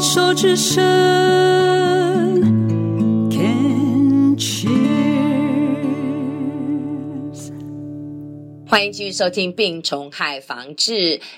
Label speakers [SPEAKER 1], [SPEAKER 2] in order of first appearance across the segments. [SPEAKER 1] 手之声，Can cheers。
[SPEAKER 2] 欢迎继续收听《病虫害防治》，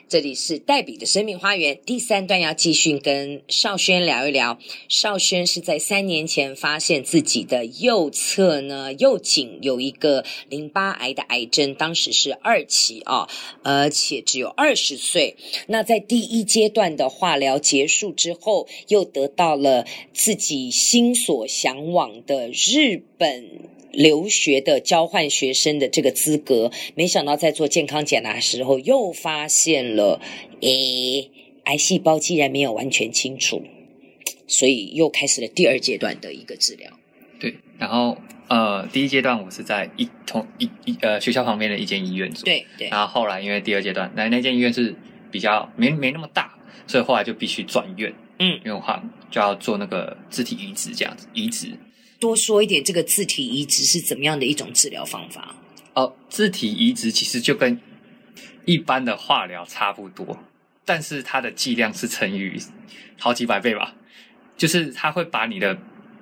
[SPEAKER 2] 这里是黛比的生命花园。第三段要继续跟少轩聊一聊。少轩是在三年前发现自己的右侧呢右颈有一个淋巴癌的癌症，当时是二期啊、而且只有二十岁。那在第一阶段的化疗结束之后，又得到了自己心所向往的日本留学的交换学生的这个资格。没想到在做健康检查的时候，又发现了，诶，癌细胞既然没有完全清除，所以又开始了第二阶段的一个治疗。
[SPEAKER 3] 对，然后呃，第一阶段我是在一同一一呃学校旁边的一间医院做，
[SPEAKER 2] 对对
[SPEAKER 3] 然后后来因为第二阶段，那那间医院是比较没没那么大，所以后来就必须转院，
[SPEAKER 2] 嗯
[SPEAKER 3] 因为我话就要做那个肢体移植这样子移植。
[SPEAKER 2] 多说一点，这个自体移植是怎么样的一种治疗方法？
[SPEAKER 3] 哦，肢体移植其实就跟一般的化疗差不多，但是它的剂量是乘以好几百倍吧，就是它会把你的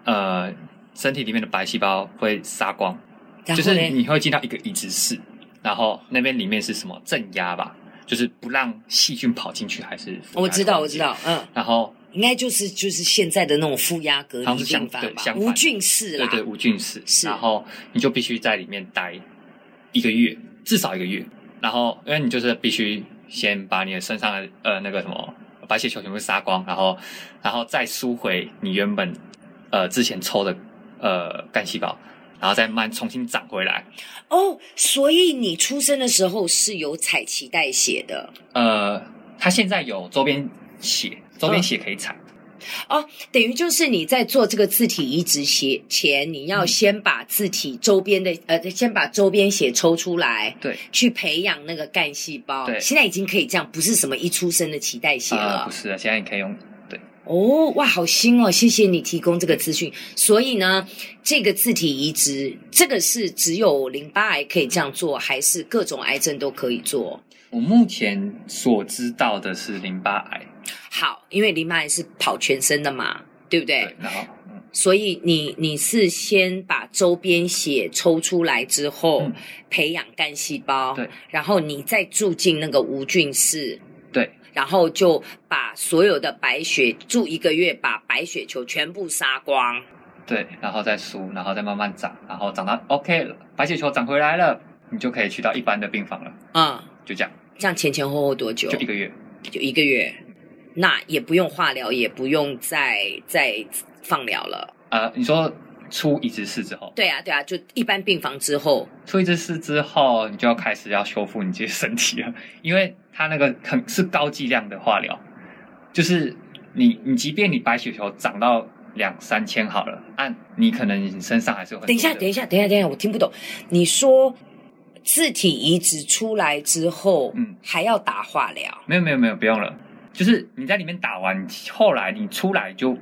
[SPEAKER 3] 呃身体里面的白细胞会杀光，
[SPEAKER 2] 然
[SPEAKER 3] 就
[SPEAKER 2] 后
[SPEAKER 3] 是
[SPEAKER 2] 呢？
[SPEAKER 3] 你会进到一个移植室，然后那边里面是什么镇压吧，就是不让细菌跑进去，还是
[SPEAKER 2] 我知道，我知。道，嗯，
[SPEAKER 3] 然后
[SPEAKER 2] 应该就是就是现在的那种负压隔
[SPEAKER 3] 好
[SPEAKER 2] 离
[SPEAKER 3] 像是相
[SPEAKER 2] 病法
[SPEAKER 3] 对
[SPEAKER 2] 吧，
[SPEAKER 3] 相反
[SPEAKER 2] 无菌室
[SPEAKER 3] 对
[SPEAKER 2] 啦，
[SPEAKER 3] 对无菌室，
[SPEAKER 2] 是
[SPEAKER 3] 然后你就必须在里面待一个月，至少一个月。然后因为你就是必须先把你的身上的呃那个什么白血球全部杀光，然后然后再输回你原本呃之前抽的呃干细胞，然后再慢重新长回来。
[SPEAKER 2] 哦，所以你出生的时候是有彩脐带血的
[SPEAKER 3] 呃，它现在有周边血，周
[SPEAKER 2] 嗯
[SPEAKER 3] 边血可以采。
[SPEAKER 2] 哦，等于就是你在做这个自体移植血前，你
[SPEAKER 3] 嗯
[SPEAKER 2] 要先把自体周边的、呃，先把周边血抽出来，
[SPEAKER 3] 对，
[SPEAKER 2] 去培养那个干细胞。
[SPEAKER 3] 对
[SPEAKER 2] 现在已经可以这样，不是什么一出生的脐带血
[SPEAKER 3] 呃，
[SPEAKER 2] 了
[SPEAKER 3] 不。是的，现在你可以用。对，
[SPEAKER 2] 哦，哇，好新哦！谢谢你提供这个资讯。所以呢，这个自体移植，这个是只有淋巴癌可以这样做，还是各种癌症都可以做？
[SPEAKER 3] 我目前所知道的是淋巴癌，
[SPEAKER 2] 好，因为淋巴癌是跑全身的嘛，对不对？
[SPEAKER 3] 对，然后嗯
[SPEAKER 2] 所以你你是先把周边血抽出来之后，
[SPEAKER 3] 嗯
[SPEAKER 2] 培养干细胞，
[SPEAKER 3] 对，
[SPEAKER 2] 然后你再住进那个无菌室，
[SPEAKER 3] 对，
[SPEAKER 2] 然后就把所有的白血住一个月，把白血球全部杀光。
[SPEAKER 3] 对，然后再输，然后再慢慢长，然后长到 OK 了，白血球长回来了，你就可以去到一般的病房了，
[SPEAKER 2] 嗯，
[SPEAKER 3] 就这样，
[SPEAKER 2] 这样前前后后多久？
[SPEAKER 3] 就一个月。
[SPEAKER 2] 就一个月，那也不用化疗，也不用再再放疗了。
[SPEAKER 3] 呃，你说出移植室之后，
[SPEAKER 2] 对啊，对啊，就一般病房之后，
[SPEAKER 3] 出移植室之后，你就要开始要修复你自己的身体了，因为它那个很是高剂量的化疗，就是你你即便你白血球长到两三千好了，按你可能你身上还是会
[SPEAKER 2] 等一下，等一
[SPEAKER 3] 下，
[SPEAKER 2] 下，等一下，等一下，我听不懂。你说自体移植出来之后，
[SPEAKER 3] 嗯
[SPEAKER 2] 还要打化疗？
[SPEAKER 3] 没有没有没有，不用了，就是你在里面打完，你后来你出来就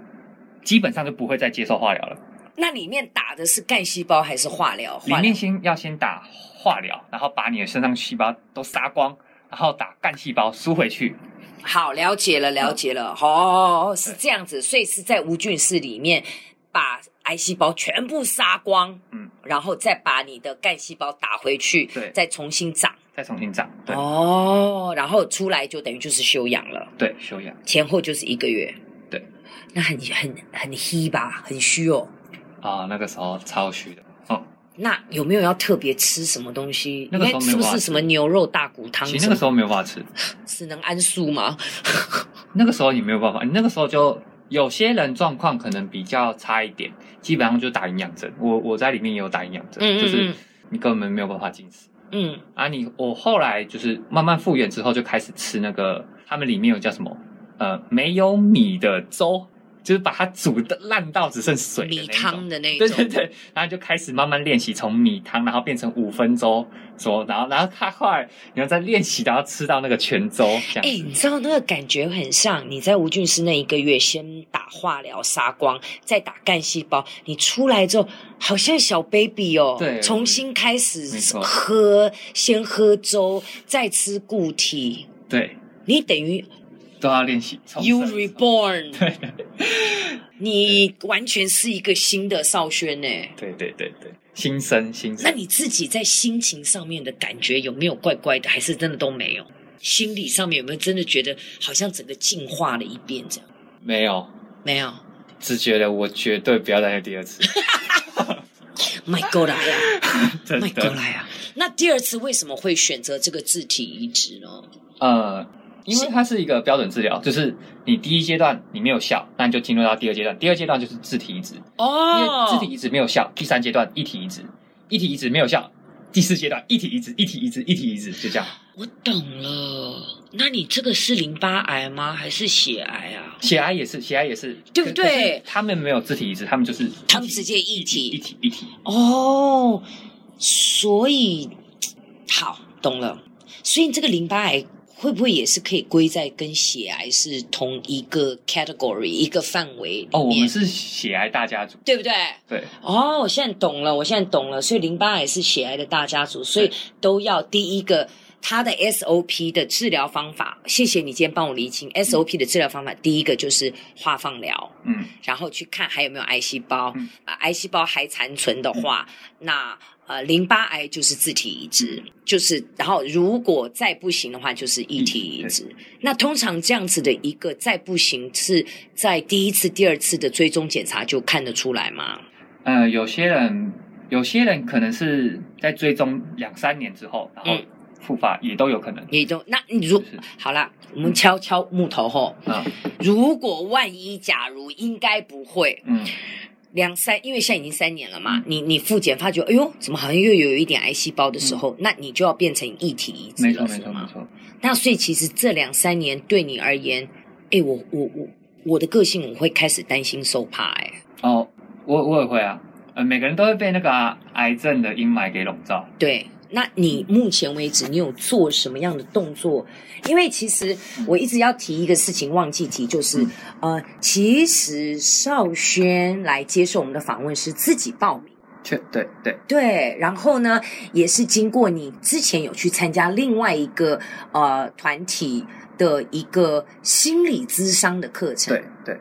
[SPEAKER 3] 基本上就不会再接受化疗了。
[SPEAKER 2] 那里面打的是干细胞还是化疗？
[SPEAKER 3] 里
[SPEAKER 2] 化疗
[SPEAKER 3] 面先要先打化疗，然后把你的身上细胞都杀光，然后打干细胞输回去。
[SPEAKER 2] 好，了解了，
[SPEAKER 3] 嗯
[SPEAKER 2] 了解了。哦，是这样子，所以是在无菌室里面把癌细胞全部杀光，
[SPEAKER 3] 嗯，
[SPEAKER 2] 然后再把你的干细胞打回去，
[SPEAKER 3] 对
[SPEAKER 2] 再重新长。
[SPEAKER 3] 再重新长，对、
[SPEAKER 2] 哦，然后出来就等于就是休养了，
[SPEAKER 3] 对，修养
[SPEAKER 2] 前后就是一个月。
[SPEAKER 3] 对，
[SPEAKER 2] 那很很很虚吧，很虚哦。
[SPEAKER 3] 啊、那个时候超虚的哦。
[SPEAKER 2] 那有没有要特别吃什么东西？
[SPEAKER 3] 那个时候
[SPEAKER 2] 应该是不
[SPEAKER 3] 没有办法
[SPEAKER 2] 是
[SPEAKER 3] 吃
[SPEAKER 2] 什么牛肉大骨汤什
[SPEAKER 3] 其
[SPEAKER 2] 么？
[SPEAKER 3] 实那个时候没有办法吃，
[SPEAKER 2] 是能安素吗？
[SPEAKER 3] 那个时候你没有办法，你那个时候就有些人状况可能比较差一点，基本上就打营养针。我我在里面也有打营养针，
[SPEAKER 2] 嗯嗯
[SPEAKER 3] 就是你根本没有办法进食。
[SPEAKER 2] 嗯，
[SPEAKER 3] 啊你，我后来就是慢慢复原之后，就开始吃那个他们里面有叫什么呃没有米的粥，就是把它煮的烂到只剩水的那
[SPEAKER 2] 米
[SPEAKER 3] 一种
[SPEAKER 2] 汤的那一
[SPEAKER 3] 对
[SPEAKER 2] 种。
[SPEAKER 3] 对对，然后就开始慢慢练习，从米汤，然后变成五分粥，说，然后然后他后来你要再练习，然后吃到那个全粥这
[SPEAKER 2] 哎、
[SPEAKER 3] 样
[SPEAKER 2] 你
[SPEAKER 3] 子。
[SPEAKER 2] 知道那个感觉很像你在无菌室那一个月，先打化疗杀光，再打干细胞，你出来之后好像小 baby 哦，
[SPEAKER 3] 对
[SPEAKER 2] 重新开始
[SPEAKER 3] 没错
[SPEAKER 2] 喝，先喝粥，再吃固体，
[SPEAKER 3] 对，
[SPEAKER 2] 你等于
[SPEAKER 3] 都要练习。重生
[SPEAKER 2] You reborn，你完全是一个新的少轩呢、
[SPEAKER 3] 对对对对，新生新
[SPEAKER 2] 那
[SPEAKER 3] 生，
[SPEAKER 2] 你自己在心情上面的感觉有没有怪怪的，还是真的都没有？心理上面有没有真的觉得好像整个进化了一遍这样？
[SPEAKER 3] 没有，
[SPEAKER 2] 没有
[SPEAKER 3] 只觉得我绝对不要再有第 二次，
[SPEAKER 2] ，My God 来呀
[SPEAKER 3] 真
[SPEAKER 2] Oh ，My God
[SPEAKER 3] 的。
[SPEAKER 2] 来呀！那第二次为什么会选择这个自体移植呢？
[SPEAKER 3] 呃，因为它是一个标准治疗，就是你第一阶段你没有效，那你就进入到第二阶段，第二阶段就是自体移植，
[SPEAKER 2] 哦
[SPEAKER 3] 因为自体移植没有效，第三阶段一体移植，一体移植没有效，第四阶段一体移植，一体移植，一体移植， 就这样，
[SPEAKER 2] 我懂了。那你这个是淋巴癌吗？还是血癌啊？
[SPEAKER 3] 血癌也是，血癌也是，
[SPEAKER 2] 对不对
[SPEAKER 3] 可是他们没有自体移植，他们就是
[SPEAKER 2] 他们直接一体
[SPEAKER 3] 一体一体，
[SPEAKER 2] 哦，所以好懂了。所以这个淋巴癌会不会也是可以归在跟血癌是同一个 category 一个范围里
[SPEAKER 3] 哦，我
[SPEAKER 2] 面？
[SPEAKER 3] 们是血癌大家族，
[SPEAKER 2] 对不对？
[SPEAKER 3] 对，
[SPEAKER 2] 哦，我现在懂了，我现在懂了。所以淋巴癌是血癌的大家族，所以都要第一个它的 SOP 的治疗方法。谢谢你今天帮我厘清 SOP 的治疗方法，第一个就是化放疗。
[SPEAKER 3] 嗯，
[SPEAKER 2] 然后去看还有没有癌细胞
[SPEAKER 3] 嗯，
[SPEAKER 2] 啊，癌细胞还残存的话，那呃淋巴癌就是自体移植，就是然后如果再不行的话，就是异体移植。那通常这样子的一个再不行是在第一次、第二次的追踪检查就看得出来吗？
[SPEAKER 3] 呃，有些人有些人可能是在追踪两三年之后，然后
[SPEAKER 2] 嗯
[SPEAKER 3] 复发也都有 可能，
[SPEAKER 2] 你都那你如
[SPEAKER 3] 是
[SPEAKER 2] 好啦，我们敲敲木头吼，
[SPEAKER 3] 啊，
[SPEAKER 2] 如果万一假如应该不会，
[SPEAKER 3] 嗯，
[SPEAKER 2] 两三，因为现在已经三年了嘛，你你复检发觉，哎呦，怎么好像又有一点癌细胞的时候，那你就要变成异体移植
[SPEAKER 3] 没错
[SPEAKER 2] 了，
[SPEAKER 3] 嗯没
[SPEAKER 2] 是
[SPEAKER 3] 错没
[SPEAKER 2] 吗？
[SPEAKER 3] 错，
[SPEAKER 2] 那所以其实这两三年对你而言，哎，我我我我的个性我会开始担心受怕、哎，
[SPEAKER 3] 哦，我我也会啊，呃，每个人都会被那个啊、癌症的阴霾给笼罩。
[SPEAKER 2] 对。那你目前为止，你有做什么样的动作？因为其实我一直要提一个事情，忘记提，就是、呃，其实少轩来接受我们的访问是自己报名。
[SPEAKER 3] 确对对，
[SPEAKER 2] 对，然后呢，也是经过你之前有去参加另外一个呃团体的一个心理咨商的课程，
[SPEAKER 3] 对对，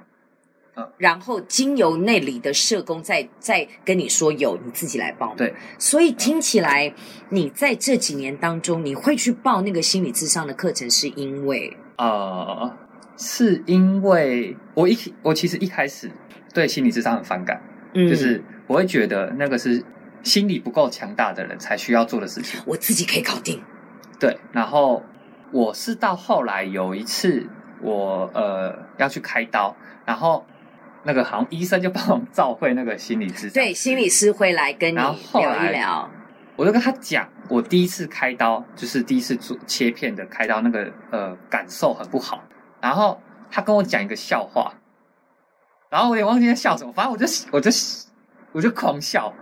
[SPEAKER 2] 然后经由那里的社工再再跟你说有，你自己来报。
[SPEAKER 3] 对，
[SPEAKER 2] 所以听起来你在这几年当中，你会去报那个心理咨商的课程，是因为
[SPEAKER 3] 呃，是因为我一我其实一开始对心理智商很反感，
[SPEAKER 2] 嗯，
[SPEAKER 3] 就是我会觉得那个是心理不够强大的人才需要做的事情。
[SPEAKER 2] 我自己可以搞定。
[SPEAKER 3] 对，然后我是到后来有一次我呃要去开刀，然后那个好像医生就帮我召会那个心理智商，
[SPEAKER 2] 对，心理师会来跟你
[SPEAKER 3] 然
[SPEAKER 2] 聊
[SPEAKER 3] 后后来
[SPEAKER 2] 一聊。
[SPEAKER 3] 我就跟他讲，我第一次开刀就是第一次做切片的开刀，那个呃感受很不好。然后他跟我讲一个笑话，然后我也忘记在笑什么，反正我就我就我就狂笑。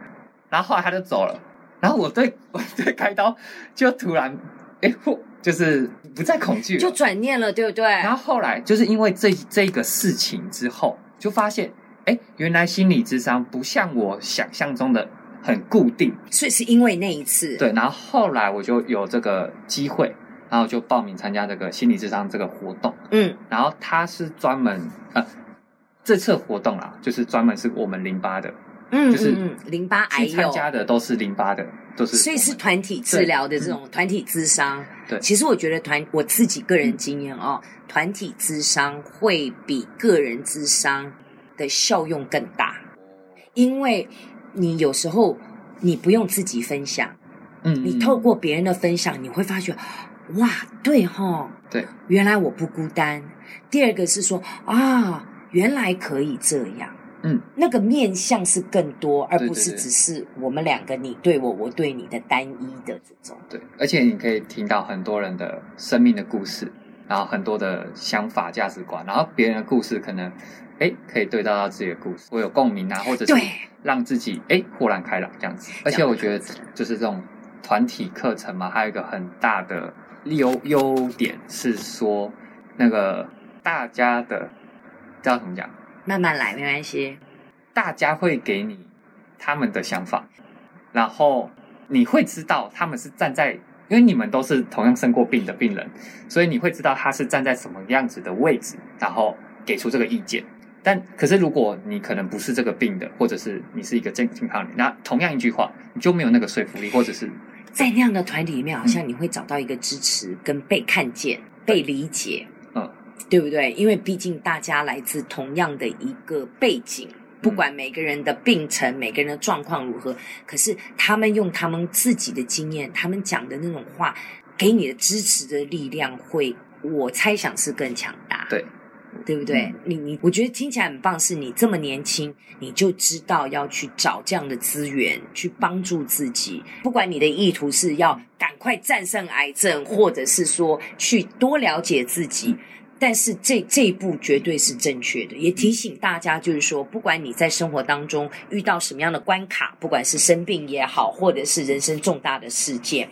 [SPEAKER 3] 然后后来他就走了，然后我对我对开刀就突然哎，我就是不再恐惧了，
[SPEAKER 2] 就转念了，对不对？
[SPEAKER 3] 然后后来就是因为这这个事情之后，就发现哎，原来心理智商不像我想象中的很固定。
[SPEAKER 2] 所以是因为那一次，
[SPEAKER 3] 对，然后后来我就有这个机会，然后就报名参加这个心理智商这个活动。
[SPEAKER 2] 嗯，
[SPEAKER 3] 然后它是专门呃，这次活动啦，就是专门是我们淋巴的，
[SPEAKER 2] 嗯，
[SPEAKER 3] 就是
[SPEAKER 2] 嗯嗯淋巴癌
[SPEAKER 3] 去参
[SPEAKER 2] 有，
[SPEAKER 3] 加的都是淋巴的，都是
[SPEAKER 2] 所以是
[SPEAKER 3] 我们
[SPEAKER 2] 团体治疗的这种团体咨商。
[SPEAKER 3] 对
[SPEAKER 2] 其实我觉得团我自己个人经验哦，团体咨商会比个人咨商的效用更大，因为你有时候你不用自己分享，
[SPEAKER 3] 嗯，
[SPEAKER 2] 你
[SPEAKER 3] 嗯
[SPEAKER 2] 透过别人的分享，你会发觉，哇，对哈、
[SPEAKER 3] 对，
[SPEAKER 2] 原来我不孤单。第二个是说啊，原来可以这样。
[SPEAKER 3] 嗯，
[SPEAKER 2] 那个面向是更多，而
[SPEAKER 3] 对
[SPEAKER 2] 不是
[SPEAKER 3] 对对
[SPEAKER 2] 只是我们两个你对我，我对你的单一的这种。
[SPEAKER 3] 对，而且你可以听到很多人的生命的故事，然后很多的想法、价值观，然后别人的故事可能哎可以对照到自己的故事，我有共鸣啊，或者是
[SPEAKER 2] 对
[SPEAKER 3] 让自己哎豁然开朗这样子。而且我觉得就是这种团体课程嘛，还有一个很大的优优点是说那个大家的叫怎么讲，
[SPEAKER 2] 慢慢来，没关系。
[SPEAKER 3] 大家会给你他们的想法，然后你会知道他们是站在因为你们都是同样生过病的病人，所以你会知道他是站在什么样子的位置，然后给出这个意见。但可是如果你可能不是这个病的，或者是你是一个健健康人，那同样一句话，你就没有那个说服力，或者是
[SPEAKER 2] 在那样的团体里面，好像你会找到一个支持，跟被看见、被理解，
[SPEAKER 3] 嗯，
[SPEAKER 2] 对不对？因为毕竟大家来自同样的一个背景，不管每个人的病程、每个人的状况如何，可是他们用他们自己的经验，他们讲的那种话，给你的支持的力量会。我猜想是更强大，
[SPEAKER 3] 对
[SPEAKER 2] 对不对？你你，我觉得听起来很棒，是你这么年轻，你就知道要去找这样的资源去帮助自己。不管你的意图是要赶快战胜癌症，或者是说去多了解自己，但是这这一步绝对是正确的。也提醒大家，就是说，不管你在生活当中遇到什么样的关卡，不管是生病也好，或者是人生重大的事件，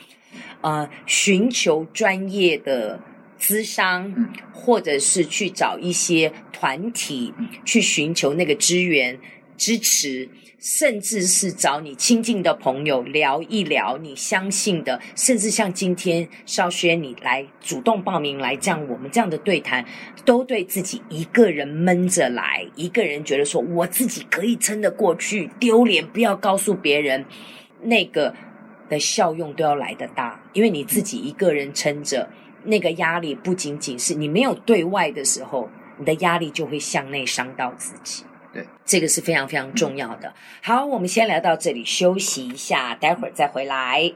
[SPEAKER 2] 呃，寻求专业的咨商，
[SPEAKER 3] 嗯
[SPEAKER 2] 或者是去找一些团体、
[SPEAKER 3] 嗯
[SPEAKER 2] 去寻求那个支援、支持，甚至是找你亲近的朋友聊一聊你相信的，甚至像今天少轩你来主动报名来这样我们这样的对谈，都对自己一个人闷着来，一个人觉得说我自己可以撑得过去，丢脸不要告诉别人，那个的效用都要来得大，因为你自己一个人撑着，那个压力不仅仅是你没有对外的时候，你的压力就会向内伤到自己。
[SPEAKER 3] 对，
[SPEAKER 2] 这个是非常非常重要的。好，我们先聊到这里，休息一下，待会儿再回来。